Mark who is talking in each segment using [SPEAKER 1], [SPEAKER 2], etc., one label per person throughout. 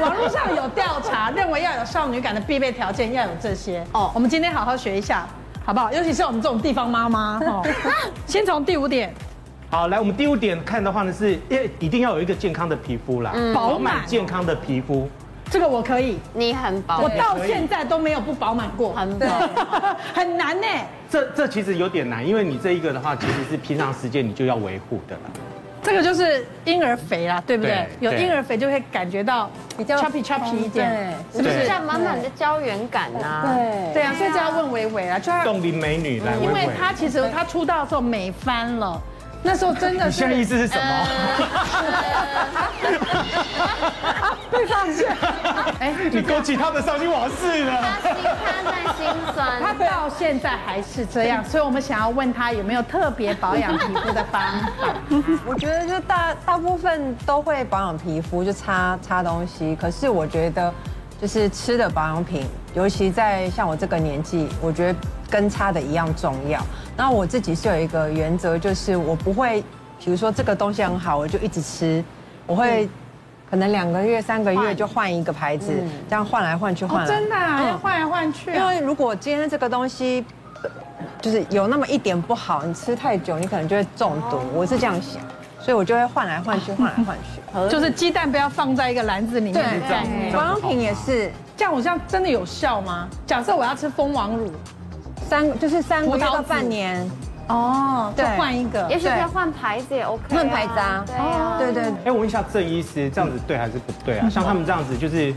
[SPEAKER 1] 网络上有调查，认为要有少女感的必备条件要有这些。哦
[SPEAKER 2] 哦，
[SPEAKER 1] 我们今天好好学一下，好不好？尤其是我们这种地方妈妈，哦，先从第五点，
[SPEAKER 3] 好，来，我们第五点看的话呢，是一一定要有一个健康的皮肤啦，
[SPEAKER 1] 饱
[SPEAKER 3] 嗯饱
[SPEAKER 1] 嗯
[SPEAKER 3] 满
[SPEAKER 1] 满，哦
[SPEAKER 3] 健康的皮肤。
[SPEAKER 1] 这个我可以，
[SPEAKER 2] 你很饱
[SPEAKER 1] 我
[SPEAKER 2] 满，
[SPEAKER 1] 到现在都没有不饱满过，
[SPEAKER 2] 很
[SPEAKER 1] 对
[SPEAKER 2] 饱满，
[SPEAKER 1] 很难呢。
[SPEAKER 3] 这这其实有点难，因为你这一个的话，其实是平常时间你就要维护的啦。
[SPEAKER 1] 这个就是婴儿肥啦，对不对？
[SPEAKER 3] 对
[SPEAKER 1] 有
[SPEAKER 3] 对
[SPEAKER 1] 婴儿肥就会感觉到
[SPEAKER 4] 比较
[SPEAKER 1] chubby chubby 一点，是
[SPEAKER 4] 对
[SPEAKER 1] 不
[SPEAKER 3] 对
[SPEAKER 1] 是？
[SPEAKER 2] 像满满的胶原感呐。
[SPEAKER 4] 对
[SPEAKER 1] 对啊，所以就要问伟伟啊，就要
[SPEAKER 3] 冻龄美女来维
[SPEAKER 1] 因
[SPEAKER 3] 护。
[SPEAKER 1] 为他其实他出道的时候美翻了，那时候真的
[SPEAKER 3] 你
[SPEAKER 1] 是
[SPEAKER 3] 现 在意思是什么？
[SPEAKER 1] 啊被放 弃。哎，
[SPEAKER 3] 你勾起他的伤心往事了。
[SPEAKER 2] 他心他在心
[SPEAKER 1] 他
[SPEAKER 2] 酸，
[SPEAKER 1] 到现在还是这样，所以我们想要问他有没有特别保养皮肤的方法。
[SPEAKER 4] 我觉得就大大部分都会保养皮肤，就擦擦东西。可是我觉得，就是吃的保养品，尤其在像我这个年纪，我觉得跟擦的一样重要。那我自己是有一个原则，就是我不会，比如说这个东西很好，我就一直吃，我会。可能两个月、三个月就换一个牌子，这样换来换去，换
[SPEAKER 1] 哦，
[SPEAKER 4] 来
[SPEAKER 1] 真的啊，要换来换去啊，
[SPEAKER 4] 因为如果今天这个东西呃就是有那么一点不好，你吃太久，你可能就会中毒。我是这样想，所以我就会换来换去，换来换去。
[SPEAKER 1] 就是鸡蛋不要放在一个篮子里面。
[SPEAKER 4] 对
[SPEAKER 1] 这样
[SPEAKER 4] 对，保养品也是
[SPEAKER 1] 这样我这样真的有效吗？假设我要吃蜂王乳，
[SPEAKER 4] 三，就是三个月
[SPEAKER 1] 葡萄
[SPEAKER 4] 到
[SPEAKER 1] 籽
[SPEAKER 4] 半年。
[SPEAKER 1] 哦，就
[SPEAKER 4] 对
[SPEAKER 1] 换一个
[SPEAKER 2] 也。许可以换牌子也 OK，啊
[SPEAKER 4] 换牌子啊
[SPEAKER 2] 对啊，
[SPEAKER 4] 对对，
[SPEAKER 3] 哎，我问一下郑医师，这样子对还是不对啊？像他们这样子就是，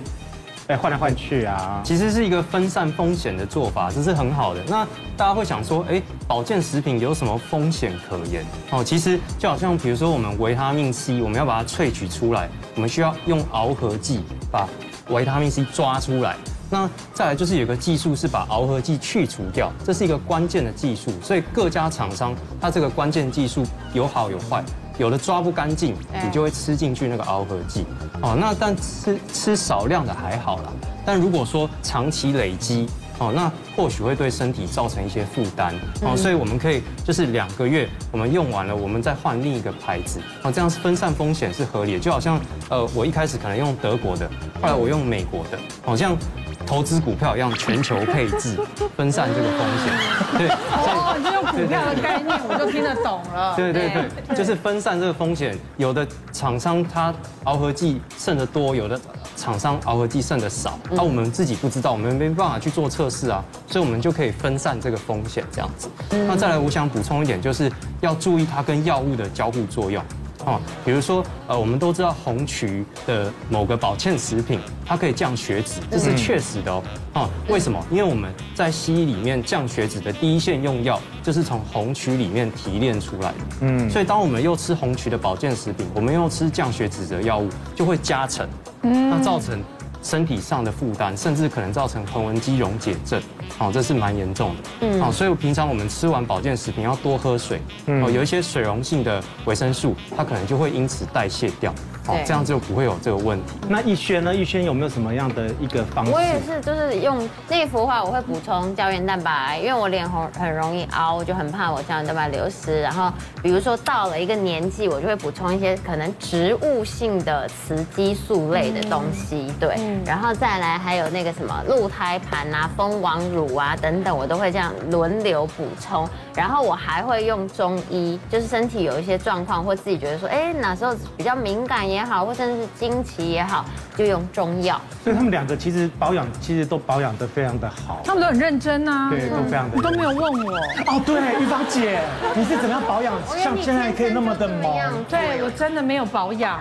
[SPEAKER 3] 哎，换来换去啊。
[SPEAKER 5] 其实是一个分散风险的做法，这是很好的。那大家会想说，哎，保健食品有什么风险可言？哦，其实就好像比如说我们维他命 C，我们要把它萃取出来，我们需要用螯合剂把维他命 C 抓出来。那再来就是有个技术是把螯合剂去除掉，这是一个关键的技术，所以各家厂商它这个关键技术有好有坏，有的抓不干净，你就会吃进去那个螯合剂。哦，那但吃吃少量的还好啦，但如果说长期累积，哦，那或许会对身体造成一些负担。哦，所以我们可以就是两个月我们用完了，我们再换另一个牌子。哦，这样分散风险是合理的。就好像呃，我一开始可能用德国的，后来我用美国的，好像。投资股票一样，全球配置，分散这个风险。对，
[SPEAKER 1] 哦，你就用股票的概念，我就听得懂了。
[SPEAKER 5] 对对对，就是分散这个风险。有的厂商它螯合剂剩的多，有的厂商螯合剂剩的少，那、我们自己不知道，我们没办法去做测试啊，所以我们就可以分散这个风险这样子。那再来，我想补充一点，就是要注意它跟药物的交互作用。哦，比如说，呃，我们都知道红曲的某个保健食品，它可以降血脂，这是确实的哦。哦，为什么？因为我们在西医里面降血脂的第一线用药，就是从红曲里面提炼出来的。嗯，所以当我们又吃红曲的保健食品，我们又吃降血脂的药物，就会加成，那造成身体上的负担，甚至可能造成横纹肌溶解症。哦，这是蛮严重的。嗯，哦，所以平常我们吃完保健食品要多喝水。哦，有一些水溶性的维生素，它可能就会因此代谢掉。哦
[SPEAKER 2] 对，
[SPEAKER 5] 这样就不会有这个问题。
[SPEAKER 3] 那逸轩呢？逸轩有没有什么样的一个方式？
[SPEAKER 2] 我也是，就是用那幅画，我会补充胶原蛋白，因为我脸红很容易凹，我就很怕我胶原蛋白流失。然后比如说到了一个年纪，我就会补充一些可能植物性的雌激素类的东
[SPEAKER 3] 嗯
[SPEAKER 2] 西，对。然后再来还有那个什么鹿胎盘啊、蜂王乳啊等等，我都会这样轮流补充。然后我还会用中医，就是身体有一些状况或自己觉得说，哎，哪时候比较敏感也好，或甚至是经期也好，就用中药。
[SPEAKER 3] 所以他们两个其实保养，其实都保养得非常的好。
[SPEAKER 1] 他们都很认真啊，
[SPEAKER 3] 对，都非常的
[SPEAKER 1] 都没有问我。
[SPEAKER 3] 哦，对，玉芳 姐，你是怎么样保养，像现在可以那么的萌？
[SPEAKER 1] 对我真的没有保养，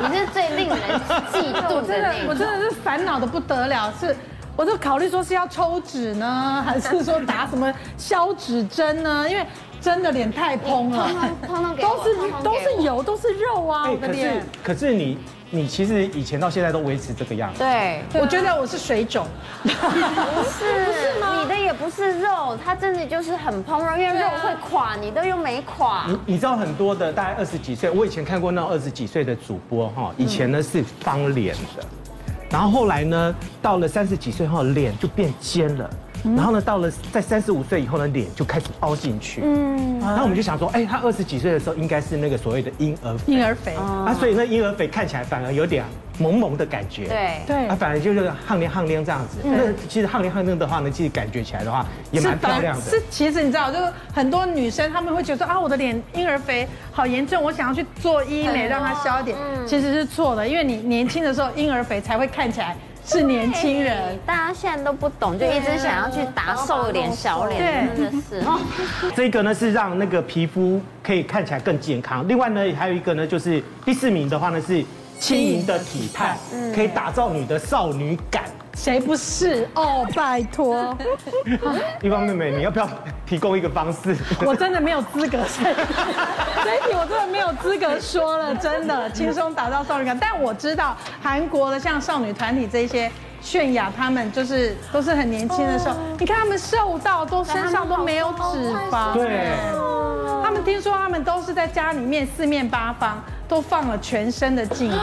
[SPEAKER 2] 你是最令人嫉
[SPEAKER 1] 我
[SPEAKER 2] 妒
[SPEAKER 1] 真的
[SPEAKER 2] 的
[SPEAKER 1] 我
[SPEAKER 2] 那种。
[SPEAKER 1] 真的是烦恼的不得了，是。我都考虑说是要抽脂呢，还是说打什么消脂针呢？因为真的脸太蓬了，
[SPEAKER 2] 通通给我
[SPEAKER 1] 都是
[SPEAKER 2] 通通给
[SPEAKER 1] 都
[SPEAKER 2] 我
[SPEAKER 1] 是油，都是肉啊！
[SPEAKER 3] 哎
[SPEAKER 1] 我的
[SPEAKER 3] 可是
[SPEAKER 1] 脸，
[SPEAKER 3] 可是你你其实以前到现在都维持这个样子，
[SPEAKER 2] 对，
[SPEAKER 1] 我觉得我是水肿。
[SPEAKER 2] 不是，你的也不是肉，它真的就是很蓬柔，因为肉
[SPEAKER 1] 啊
[SPEAKER 2] 会垮，你的又没垮。
[SPEAKER 3] 你你知道很多的大概二十几岁，我以前看过那种二十几岁的主播哈，以前呢是方脸的，然后后来呢到了三十几岁后脸就变尖了，然后呢，到了在三十五岁以后呢，脸就开始凹进去。嗯，然后我们就想说，哎，他二十几岁的时候应该是那个所谓的婴儿肥
[SPEAKER 1] 婴儿肥，
[SPEAKER 3] 啊，所以那婴儿肥看起来反而有点萌萌的感觉。
[SPEAKER 2] 对
[SPEAKER 1] 对
[SPEAKER 3] 啊，反而就是夯亮夯亮这样子。那其实夯亮夯亮的话呢，其实感觉起来的话也
[SPEAKER 1] 是
[SPEAKER 3] 蛮漂亮的
[SPEAKER 1] 是。其实你知道，就是很多女生她们会觉得啊，我的脸婴儿肥好严重，我想要去做医美让它
[SPEAKER 2] 哦
[SPEAKER 1] 消一点，
[SPEAKER 2] 嗯
[SPEAKER 1] 其实是错的，因为你年轻的时候婴儿肥才会看起来是年轻人。
[SPEAKER 2] 大家现在都不懂，就一直想要去打瘦脸、小脸，真的是哦，
[SPEAKER 3] 这个呢是让那个皮肤可以看起来更健康。另外呢，还有一个呢，就是第四名的话呢是轻盈的体态，可以打造你的少女感。
[SPEAKER 1] 谁不是哦？拜托，
[SPEAKER 3] 一方妹妹，你要不要提供一个方式？
[SPEAKER 1] 我真的没有资格，所以 这一题我真的没有资格说了，真的轻松打造少女感。但我知道韩国的像少女团体这些。泫雅他们就是都是很年轻的时候，你看他们瘦到都身上都没有脂肪，
[SPEAKER 3] 对，
[SPEAKER 1] 他们听说他们都是在家里面四面八方都放了全身的镜子，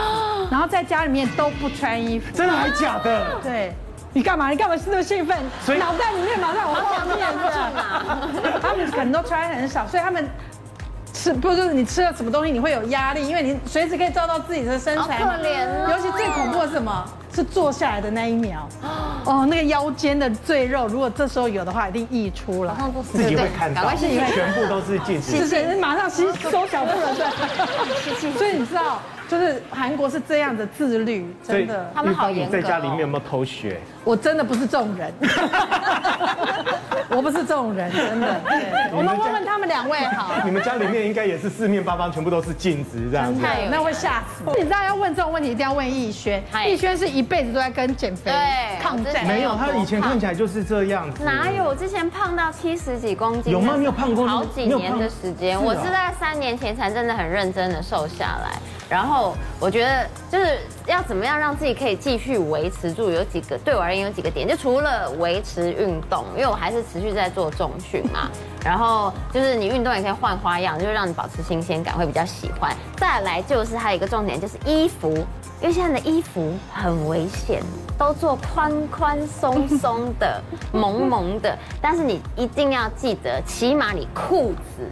[SPEAKER 1] 然后在家里面都不穿衣服。
[SPEAKER 3] 真的还假的？
[SPEAKER 1] 对，你干嘛？你干嘛那么兴奋？
[SPEAKER 3] 所以
[SPEAKER 1] 脑袋里面马上有画面了。 他们可能都穿很少，所以他们。吃不就是你吃了什么东西你会有压力，因为你随时可以照到自己的身材嘛。
[SPEAKER 2] 好可怜哦
[SPEAKER 1] 尤其最恐怖的是什么？是坐下来的那一秒，哦，那个腰间的赘肉，如果这时候有的话，一定溢出来。
[SPEAKER 2] 哦
[SPEAKER 3] 自己会
[SPEAKER 2] 赶
[SPEAKER 3] 看到，
[SPEAKER 2] 快去
[SPEAKER 3] 全部都是镜子。
[SPEAKER 1] 就是马上吸收小腹了， 对。所以你知道，就是韩国是这样的自律，真的，
[SPEAKER 2] 他们好严格哦
[SPEAKER 3] 在家里面有没有偷学？
[SPEAKER 1] 我真的不是这种人， 我不是这种人，真的。对我们问问他们两位好了。
[SPEAKER 3] 你们家里面应该也是四面八方全部都是镜子这样子。
[SPEAKER 2] 太有
[SPEAKER 1] 那会吓死！你知道要问这种问题，一定要问逸轩。
[SPEAKER 2] 嗨
[SPEAKER 1] 逸轩是一辈子都在跟减肥
[SPEAKER 2] 对
[SPEAKER 1] 抗
[SPEAKER 2] 我
[SPEAKER 1] 战
[SPEAKER 2] 之，前
[SPEAKER 3] 没有，他以前看起来就是这样子。
[SPEAKER 2] 哪有？我之前胖到七十几公斤，
[SPEAKER 3] 有吗
[SPEAKER 2] 那是
[SPEAKER 3] 你有胖过吗
[SPEAKER 2] 好几年的时
[SPEAKER 3] 你有
[SPEAKER 2] 间，
[SPEAKER 3] 胖
[SPEAKER 2] 我
[SPEAKER 3] 是啊
[SPEAKER 2] 是在三年前才真的很认真的瘦下来。然后我觉得就是要怎么样让自己可以继续维持住，有几个对我而言有几个点，就除了维持运动，因为我还是持续在做重训嘛。然后就是你运动也可以换花样，就是让你保持新鲜感，会比较喜欢。再来就是还有一个重点就是衣服，因为现在的衣服很危险，都做宽宽松松的、萌萌的，但是你一定要记得，起码你裤子。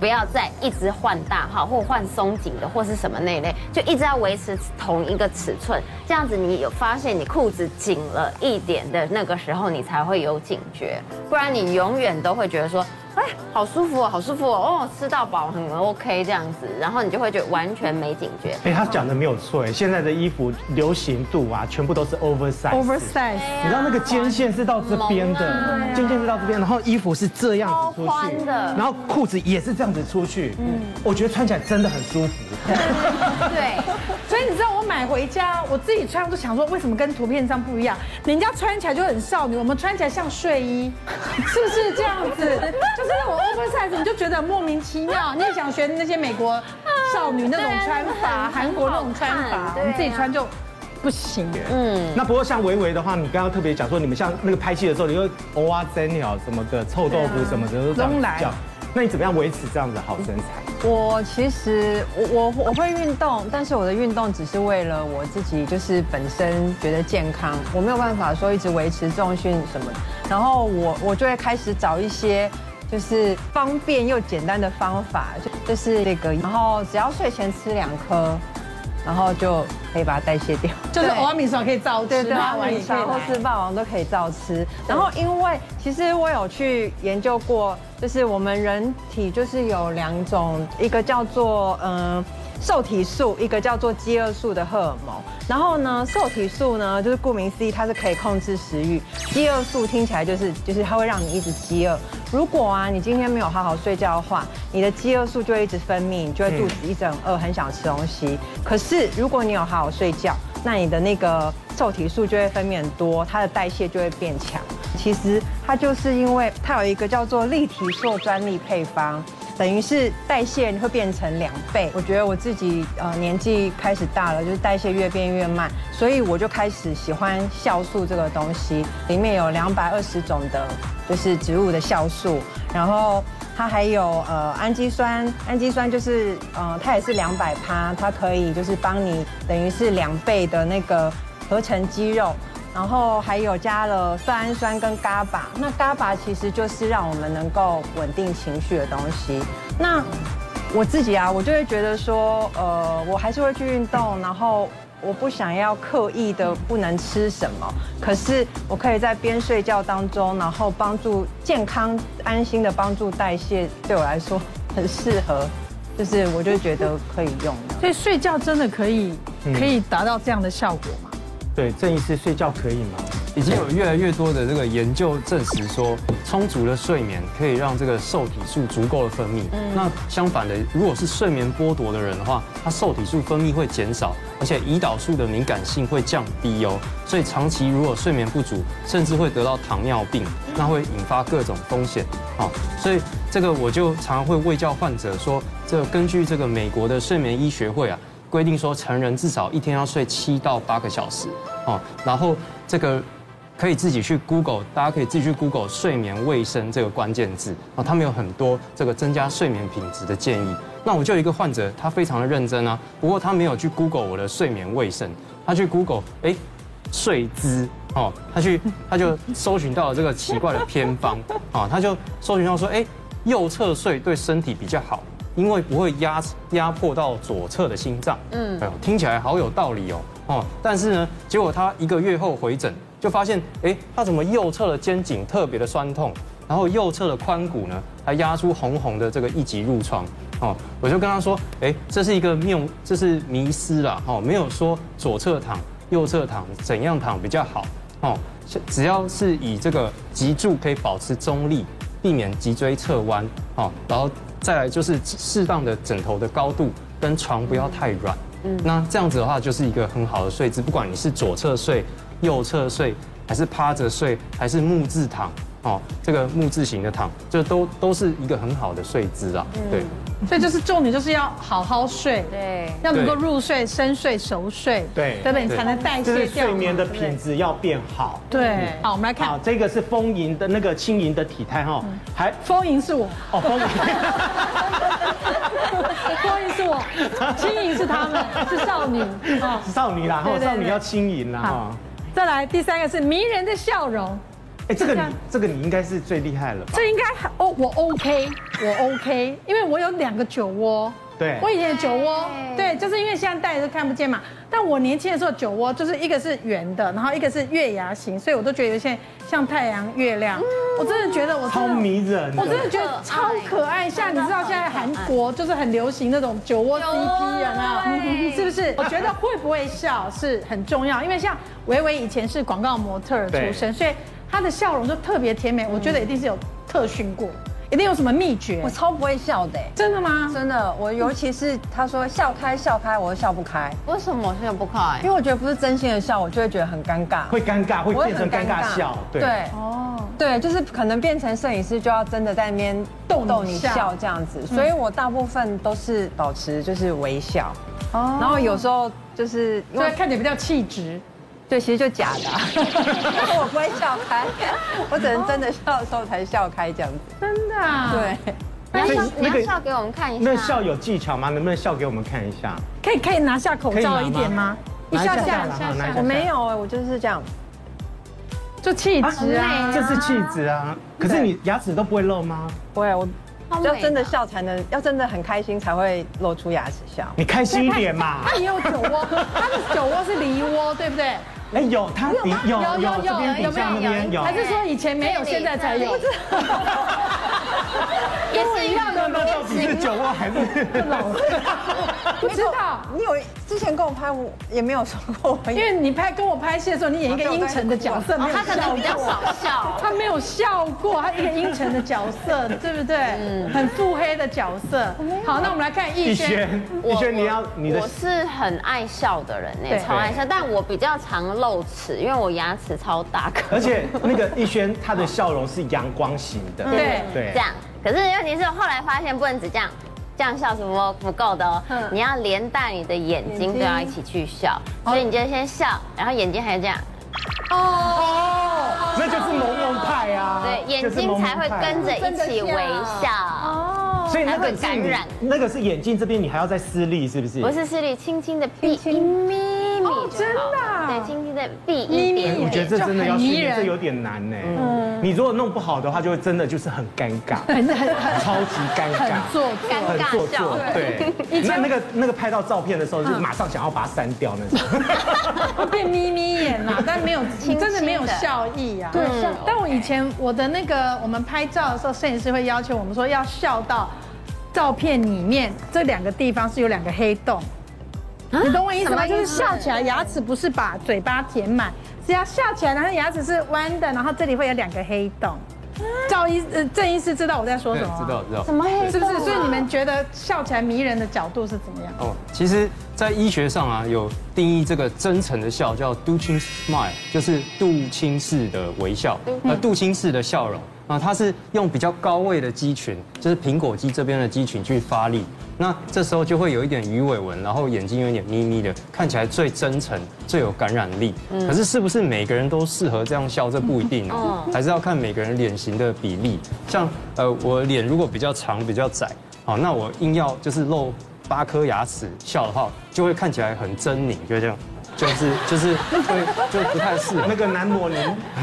[SPEAKER 2] 不要再一直换大号或换松紧的或是什么那一类，就一直要维持同一个尺寸，这样子你有发现你裤子紧了一点的那个时候，你才会有警觉，不然你永远都会觉得说，哎，好舒服哦，好舒服哦，哦，吃到饱很 OK 这样子，然后你就会觉得完全没警觉。
[SPEAKER 3] 哎，他讲的没有错，哎，现在的衣服流行度啊，全部都是 oversize。
[SPEAKER 1] oversize，
[SPEAKER 3] 你知道那个肩线是到这边
[SPEAKER 2] 很
[SPEAKER 1] 嗯
[SPEAKER 2] 萌
[SPEAKER 1] 啊
[SPEAKER 3] 的，肩线是到这边，然后衣服是这样子出
[SPEAKER 2] 超
[SPEAKER 3] 去
[SPEAKER 2] 宽的
[SPEAKER 3] 然后裤子也是这样子出去，嗯，我觉得穿起来真的很舒服。
[SPEAKER 2] 对，
[SPEAKER 1] 所以你知道我买回家，我自己穿，我都想说为什么跟图片上不一样？人家穿起来就很少女，我们穿起来像睡衣， 是不是这样 子？就是那种 oversize，你就觉得莫名其妙。你也想学那些美国少女那种穿法，韩国那种穿法，我们自己穿就不行。嗯
[SPEAKER 3] 那不过像维维的话，你刚刚特别讲说，你们像那个拍戏的时候，你会偶啊、蒸鸟什么的、臭豆腐什么的都这样
[SPEAKER 1] 拢
[SPEAKER 3] 子
[SPEAKER 1] 来
[SPEAKER 3] 叫。那你怎么样维持这样子的好身材？
[SPEAKER 4] 我其实我我我会运动，但是我的运动只是为了我自己，就是本身觉得健康，我没有办法说一直维持重训什么的。然后我我就会开始找一些就是方便又简单的方法，就就是这个，然后只要睡前吃两颗，然后就可以把它代谢掉。
[SPEAKER 1] 就是
[SPEAKER 4] 对
[SPEAKER 1] 欧阿米少可以照
[SPEAKER 4] 对
[SPEAKER 1] 吃，
[SPEAKER 4] 对，
[SPEAKER 1] 骂
[SPEAKER 4] 阿
[SPEAKER 1] 完也
[SPEAKER 4] 米
[SPEAKER 1] 可以
[SPEAKER 4] 莎或
[SPEAKER 1] 来
[SPEAKER 4] 是霸王都可以照吃。然后因为其实我有去研究过，就是我们人体就是有两种，一个叫做嗯。受体素，一个叫做饥饿素的荷尔蒙。然后呢，受体素呢，就是顾名思义，它是可以控制食欲。饥饿素听起来就是就是它会让你一直饥饿。如果啊，你今天没有好好睡觉的话，你的饥饿素就会一直分泌，你就会肚子一直很饿，很想吃东西。可是如果你有好好睡觉，那你的那个受体素就会分泌很多，它的代谢就会变强。其实它就是因为它有一个叫做立体硕专利配方，等于是代谢会变成两倍。我觉得我自己呃年纪开始大了，就是代谢越变越慢，所以我就开始喜欢酵素这个东西，里面有两百二十种的，就是植物的酵素，然后。它还有呃氨基酸，氨基酸就是呃它也是两百趴，它可以就是帮你等于是两倍的那个合成肌肉，然后还有加了色氨酸跟伽巴。那伽巴其实就是让我们能够稳定情绪的东西。那我自己啊，我就会觉得说，呃，我还是会去运动，然后我不想要刻意的不能吃什么，可是我可以在边睡觉当中，然后帮助健康、安心的帮助代谢，对我来说很适合，就是我就觉得可以用的。
[SPEAKER 1] 所以睡觉真的可以可以达到这样的效果吗？
[SPEAKER 3] 对，郑医师睡觉可以吗？
[SPEAKER 5] 已经有越来越多的这个研究证实说，充足的睡眠可以让这个瘦体素足够的分泌。那相反的，如果是睡眠剥夺的人的话，他瘦体素分泌会减少，而且胰岛素的敏感性会降低哦。所以长期如果睡眠不足，甚至会得到糖尿病，那会引发各种风险。好，所以这个我就常常会喂教患者说，这根据这个美国的睡眠医学会啊，规定说成人至少一天要睡七到八个小时哦，然后这个可以自己去 Google，大家可以自己去 Google 睡眠卫生这个关键字哦，他们有很多这个增加睡眠品质的建议。那我就有一个患者，他非常的认真啊，不过他没有去 Google 我的睡眠卫生，他去 Google 哎睡姿哦，他 去他就搜寻到了这个奇怪的偏方啊、哦，他就搜寻到说，哎，右侧睡对身体比较好，因为不会压压迫到左侧的心脏。嗯，哎呦，听起来好有道理哦哦，但是呢，结果他一个月后回诊，就发现，哎，他怎么右侧的肩颈特别的酸痛，然后右侧的髋骨呢还压出红红的这个一级褥疮。哦，我就跟他说，哎，这是一个谬，这是迷失啦，哦，没有说左侧躺。右侧躺怎样躺比较好哦？只要是以这个脊柱可以保持中立，避免脊椎侧弯哦，然后再来就是适当的枕头的高度跟床不要太软。嗯，那这样子的话就是一个很好的睡姿，不管你是左侧睡、右侧睡，还是趴着睡，还是木质躺哦，这个木质型的躺，这都都是一个很好的睡姿啊。对。
[SPEAKER 1] 所以就是重点就是要好好睡，
[SPEAKER 2] 对
[SPEAKER 1] 要能够入睡、深睡、熟睡，
[SPEAKER 3] 对
[SPEAKER 1] 等等你才能代
[SPEAKER 3] 就是
[SPEAKER 1] 谢掉
[SPEAKER 3] 睡
[SPEAKER 1] 嘛
[SPEAKER 3] 眠的品。质要变好。
[SPEAKER 1] 对不对，对好，我们来
[SPEAKER 3] 好
[SPEAKER 1] 看，，
[SPEAKER 3] 这个是丰盈的那个轻盈的体态
[SPEAKER 1] 嗯
[SPEAKER 3] 哈，还
[SPEAKER 1] 丰盈是我，
[SPEAKER 3] 哦丰盈，
[SPEAKER 1] 丰盈是我，轻盈是他们，是少女啊。
[SPEAKER 3] 少女啦哈，
[SPEAKER 1] 对对
[SPEAKER 3] 少女
[SPEAKER 1] 对
[SPEAKER 3] 要轻盈啦哈
[SPEAKER 1] 好。再来第三个是迷人的笑容，
[SPEAKER 3] 哎，这个
[SPEAKER 1] 这样
[SPEAKER 3] 你这个你应该是最厉害了吧？
[SPEAKER 1] 这应该还哦，我 OK，我 OK，因为我有两个酒窝。
[SPEAKER 3] 对
[SPEAKER 1] 我以前的酒窝，对，就是因为现在戴着看不见嘛。但我年轻的时候，酒窝就是一个是圆的，然后一个是月牙形，所以我都觉得有些像太阳、月亮。我真的觉得我真
[SPEAKER 3] 超
[SPEAKER 1] 的
[SPEAKER 3] 迷人啊的，
[SPEAKER 1] 我真的觉得超可爱。像你知道现在韩国就是很流行那种酒窝 CP 有啊没有？是不是？我觉得会不会笑是很重要，因为像维维以前是广告模特儿出身，所以她的笑容就特别甜美。我觉得一定是有特训过，一定有什么秘诀
[SPEAKER 4] 我。超不会笑的、欸，
[SPEAKER 1] 真的吗？
[SPEAKER 4] 真的，我尤其是他说笑开笑开，我都笑不开，
[SPEAKER 2] 为什么我现在不快
[SPEAKER 4] 因？为我觉得不是真心的笑，我就会觉得很尴尬，
[SPEAKER 3] 会尴尬，会
[SPEAKER 4] 我
[SPEAKER 3] 变成尴尬笑，
[SPEAKER 4] 对，
[SPEAKER 1] 哦，
[SPEAKER 4] 对，就是可能变成摄影师就要真的在那边
[SPEAKER 1] 逗你
[SPEAKER 4] 逗逗你
[SPEAKER 1] 笑嗯
[SPEAKER 4] 笑这样子，所以我大部分都是保持就是微笑，
[SPEAKER 1] 哦
[SPEAKER 4] 然后有时候就是因
[SPEAKER 1] 所以
[SPEAKER 4] 为
[SPEAKER 1] 看起来比较气质。
[SPEAKER 4] 对，其实就假的啊、 我不会笑开，我只能真的笑的时候才笑开这样子，
[SPEAKER 1] 真的、啊，
[SPEAKER 4] 对，。
[SPEAKER 2] 你要
[SPEAKER 3] 所
[SPEAKER 2] 笑
[SPEAKER 3] 以，
[SPEAKER 2] 你
[SPEAKER 3] 那个
[SPEAKER 2] 要笑给我们看一
[SPEAKER 3] 那
[SPEAKER 2] 下。
[SPEAKER 3] 笑有技巧吗？能不能笑给我们看一下？
[SPEAKER 1] 可以可以拿下口
[SPEAKER 3] 可以拿
[SPEAKER 1] 罩
[SPEAKER 3] 吗
[SPEAKER 1] 一点吗？一
[SPEAKER 3] 拿
[SPEAKER 1] 下下
[SPEAKER 3] 下拿
[SPEAKER 1] 一
[SPEAKER 3] 一
[SPEAKER 1] 下
[SPEAKER 3] 下拿一
[SPEAKER 1] 下，
[SPEAKER 3] 下
[SPEAKER 4] 我没有哎、我就是这样，
[SPEAKER 1] 就气质啊，
[SPEAKER 3] 这是气质啊，可是你牙齿都不会露吗？
[SPEAKER 4] 不会，我
[SPEAKER 2] 好美
[SPEAKER 4] 要真
[SPEAKER 1] 哦
[SPEAKER 4] 的笑才能，要真的很开心才会露出牙齿笑。
[SPEAKER 3] 你开心一点嘛！
[SPEAKER 1] 他也有酒窝，他的酒窝是梨窝，对不对？
[SPEAKER 3] 哎，有它底有
[SPEAKER 1] 有有
[SPEAKER 3] 有这边
[SPEAKER 1] 有
[SPEAKER 3] 底下
[SPEAKER 1] 有
[SPEAKER 3] 那边有
[SPEAKER 1] 还，是说以前没有，现在才 有？
[SPEAKER 2] 也是一样
[SPEAKER 3] 那
[SPEAKER 2] 的
[SPEAKER 3] 那到底是酒窝还是？
[SPEAKER 1] 不知道，
[SPEAKER 4] 你有之前跟我拍，我也没有说过我
[SPEAKER 1] 因为你拍跟我拍戏的时候，你演一个阴沉的角色，没有
[SPEAKER 2] 哦他可能
[SPEAKER 1] 笑
[SPEAKER 2] 比较
[SPEAKER 1] 过。
[SPEAKER 2] 少笑。
[SPEAKER 1] 他没有笑过，他一个阴沉的角色，对不对？
[SPEAKER 2] 嗯
[SPEAKER 1] 很腹黑的角色。好，那我们来看逸
[SPEAKER 3] 逸
[SPEAKER 1] 轩，
[SPEAKER 3] 轩，
[SPEAKER 2] 我
[SPEAKER 3] 逸轩，你要你
[SPEAKER 2] 我
[SPEAKER 3] 的
[SPEAKER 2] 是很爱笑的人
[SPEAKER 1] 对
[SPEAKER 2] 呢，超爱笑，但我比较常露齿，因为我牙齿超大颗。
[SPEAKER 3] 而且那个逸轩，他的笑容是阳光型的，
[SPEAKER 1] 对
[SPEAKER 3] 对
[SPEAKER 2] 这，样。可是问题是，我后来发现不能只这样，这样笑是不不够的哦。
[SPEAKER 1] 嗯
[SPEAKER 2] 你要连带你的眼睛都要一起去笑，所以你就先笑，然后眼睛还要这样，
[SPEAKER 3] 那就是萌萌派啊，
[SPEAKER 2] 对，
[SPEAKER 3] 就
[SPEAKER 2] 眼
[SPEAKER 3] 是
[SPEAKER 2] 睛
[SPEAKER 3] 萌萌
[SPEAKER 2] 才会
[SPEAKER 3] 派啊
[SPEAKER 2] 跟着一起微
[SPEAKER 1] 哦
[SPEAKER 2] 笑。
[SPEAKER 3] 所以那个
[SPEAKER 2] 才会感
[SPEAKER 3] 是你
[SPEAKER 2] 染
[SPEAKER 3] 那个是眼睛这边，你还要再施力，是不是？
[SPEAKER 2] 不是视力，轻轻的闭一眯眯就好
[SPEAKER 1] 真的啊
[SPEAKER 2] 对，轻轻的的闭
[SPEAKER 1] 眯
[SPEAKER 2] 一点
[SPEAKER 3] 我
[SPEAKER 1] 眯
[SPEAKER 2] 点
[SPEAKER 1] 眼
[SPEAKER 3] 觉得这真的要
[SPEAKER 1] 就很
[SPEAKER 3] 训
[SPEAKER 1] 迷人
[SPEAKER 3] 练，这有点难呢。你如果弄不好的话，就会真的就是很尴尬，
[SPEAKER 1] 很很很
[SPEAKER 3] 超级尴尬
[SPEAKER 1] 很。做作。
[SPEAKER 2] 尴
[SPEAKER 3] 很做
[SPEAKER 2] 尬笑
[SPEAKER 3] 作，，对。那那个那个拍到照片的时候，就马上想要把它删掉那种。
[SPEAKER 1] 会变眯眯眼 啦，但没有，你
[SPEAKER 2] 轻
[SPEAKER 1] 真的没有笑意啊。对，但我以前我的那个，我们拍照的时候，摄影师会要求我们说要笑到照片里面这两个地方是有两个黑洞，你懂我意思吗？
[SPEAKER 2] 啊什么意思
[SPEAKER 1] 就是笑起来，牙齿不是把嘴巴填满，是要笑起来，然后牙齿是弯的，然后这里会有两个黑洞。
[SPEAKER 2] 啊
[SPEAKER 1] 赵医呃郑医师知道我在说
[SPEAKER 5] 对
[SPEAKER 1] 什么
[SPEAKER 5] 知
[SPEAKER 1] 吗？
[SPEAKER 5] 道知道
[SPEAKER 2] 怎。么黑
[SPEAKER 1] 是不是？所以你们觉得笑起来迷人的角度是怎么样？
[SPEAKER 5] 哦，其实，在医学上啊，有定义这个真诚的笑叫杜钦 smile，就是杜钦式的微笑，呃，杜钦式的笑容啊，它是用比较高位的肌群，就是苹果肌这边的肌群去发力，那这时候就会有一点鱼尾纹，然后眼睛有点眯眯的，看起来最真诚、最有感染力。可是，是不是每个人都适合这样笑？这不一定哦，还是要看每个人脸型的比例。像呃，我脸如果比较长、比较窄，好，那我硬要就是露。八颗牙齿笑的话，就会看起来很狰狞，就这样，就是就是会就不太适合
[SPEAKER 3] 那。个男模，您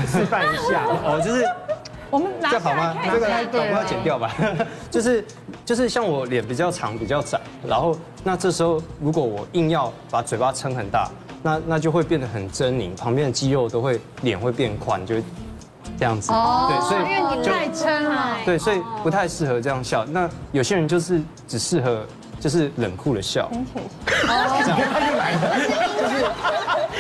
[SPEAKER 3] 示范一下。
[SPEAKER 5] 哦，就是
[SPEAKER 1] 我们拿
[SPEAKER 5] 这样
[SPEAKER 1] 下
[SPEAKER 5] 好
[SPEAKER 1] 来
[SPEAKER 5] 吗？
[SPEAKER 1] 看
[SPEAKER 5] 这
[SPEAKER 1] 一
[SPEAKER 5] 个
[SPEAKER 1] 下
[SPEAKER 5] 赶。快剪掉吧。 就是就是像我脸比较长比较窄，然后那这时候如果我硬要把嘴巴撑很大，那那就会变得很狰狞，旁边的肌肉都会脸会变宽，就会这样子。对，所以
[SPEAKER 2] 哦因为你
[SPEAKER 5] 就
[SPEAKER 2] 太撑了。
[SPEAKER 5] 对，所以不太适合这样笑。那有些人就是只适合就是冷酷的笑。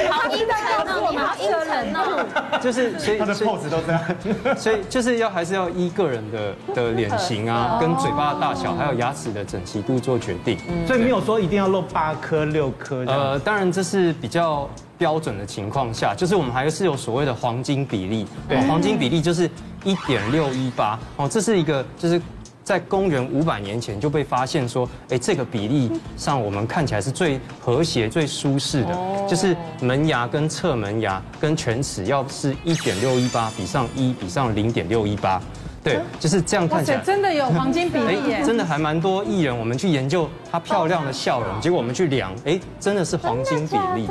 [SPEAKER 2] 好阴沉哦，你好阴沉哦。
[SPEAKER 5] 就是所以
[SPEAKER 3] 他的
[SPEAKER 5] 所以
[SPEAKER 3] pose 都这样。
[SPEAKER 5] 所以就是要还是要依个人的的脸型啊，跟嘴巴的大小，还有牙齿的整齐度做决定。
[SPEAKER 3] 所以没有说一定要露八颗六颗这样。
[SPEAKER 5] 呃，当然这是比较标准的情况下，就是我们还是有所谓的黄金比例，对，黄金比例就是一点六一八哦，这是一个就是。在公元五百年前就被发现说，哎，这个比例上我们看起来是最和谐、最舒适的，就是门牙跟侧门牙跟犬齿要是一点六一八比上一比上零点六一八，对，就是这样
[SPEAKER 1] 哇
[SPEAKER 5] 看起
[SPEAKER 1] 塞
[SPEAKER 5] 来，。
[SPEAKER 1] 真的有黄金比
[SPEAKER 5] 哎
[SPEAKER 1] 例耶！，
[SPEAKER 5] 真的还蛮多艺人，我们去研究她漂亮的笑容，结果我们去量，哎，真的是黄金比例，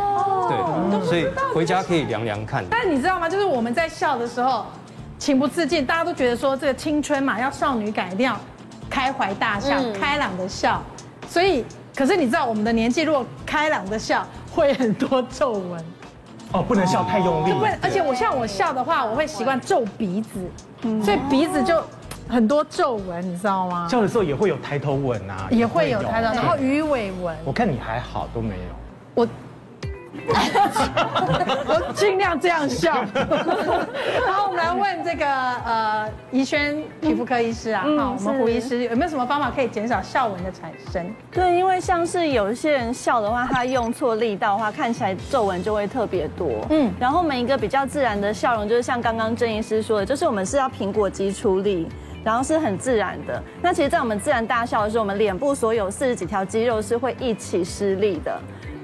[SPEAKER 5] 对，所以回家可以量量看。
[SPEAKER 1] 但你知道吗？就是我们在笑的时候，情不自禁，大家都觉得说这个青春嘛，要少女感，一定要开怀大笑、开朗的笑。所以，可是你知道，我们的年纪如果开朗的笑，会很多皱纹。
[SPEAKER 5] 嗯
[SPEAKER 3] 哦，不能笑太用力
[SPEAKER 1] 不。呃会，而且我像我笑的话，我会习惯皱鼻子，所以鼻子就很多皱纹，你知道吗？
[SPEAKER 3] 笑的时候也会有抬头纹啊，
[SPEAKER 1] 也会有开朗，然后鱼尾纹，
[SPEAKER 3] 我看你还好，都没有。
[SPEAKER 1] 我我尽量这样笑。 然后我们来问这个呃，宜轩皮肤科医师啊，哈，我们胡医师有没有什么方法可以减少笑纹的产生？
[SPEAKER 6] 对，因为像是有一些人笑的话，他用错力道的话，看起来皱纹就会特别多。
[SPEAKER 1] 嗯
[SPEAKER 6] 嗯，然后我们一个比较自然的笑容，就是像刚刚郑医师说的，就是我们是要苹果肌出力。然后是很自然的。那其实，在我们自然大笑的时候，我们脸部所有四十几条肌肉是会一起施力的。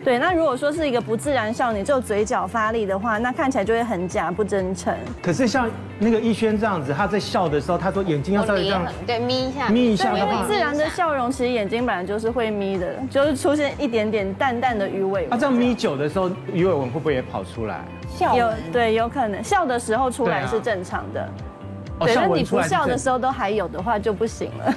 [SPEAKER 6] 对，那如果说是一个不自然笑，你就嘴角发力的话，那看起来就会很假不真诚。
[SPEAKER 3] 可是像那个逸轩这样子，他在笑的时候，他说眼睛要稍微这
[SPEAKER 6] 哦
[SPEAKER 3] 样，
[SPEAKER 2] 对，眯一下，
[SPEAKER 3] 眯一下
[SPEAKER 6] 因
[SPEAKER 3] 的
[SPEAKER 6] 为
[SPEAKER 3] 话，
[SPEAKER 6] 自然的笑容，其实眼睛本来就是会眯的，就是出现一点点淡淡的鱼尾纹
[SPEAKER 3] 他。这样眯久的时候，鱼尾纹会不会也跑出来？
[SPEAKER 6] 有对，有可能笑的时候出
[SPEAKER 3] 对
[SPEAKER 6] 来
[SPEAKER 3] 啊
[SPEAKER 6] 是正常的，
[SPEAKER 3] 哦
[SPEAKER 6] 对，
[SPEAKER 3] 笑
[SPEAKER 6] 但
[SPEAKER 3] 纹
[SPEAKER 6] 你
[SPEAKER 3] 出
[SPEAKER 6] 不
[SPEAKER 3] 来
[SPEAKER 6] 笑的
[SPEAKER 3] 是
[SPEAKER 6] 时候都还有的话就不行了。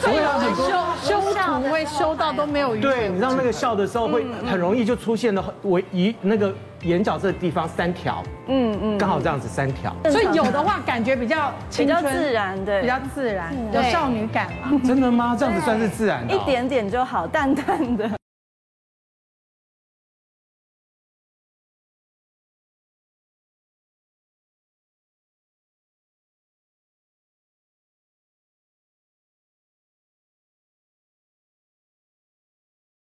[SPEAKER 1] 所以修修图会修到都没有鱼
[SPEAKER 3] 正
[SPEAKER 1] 尾
[SPEAKER 3] 对，你知道
[SPEAKER 6] 嗯
[SPEAKER 3] 那个笑的时候会很容易就出现了，我一那个眼角这个地方三条，
[SPEAKER 6] 嗯嗯，
[SPEAKER 3] 刚好这样子三条，
[SPEAKER 1] 所以有的话感觉比较 嗯
[SPEAKER 6] 比
[SPEAKER 1] 青
[SPEAKER 6] 较
[SPEAKER 1] 春，
[SPEAKER 6] 自，然，对，
[SPEAKER 1] 比较自然，有少女感嘛。
[SPEAKER 3] 真的吗？这样子算是自然的
[SPEAKER 6] 嗯一
[SPEAKER 3] 哦
[SPEAKER 6] 点点就好，淡淡的。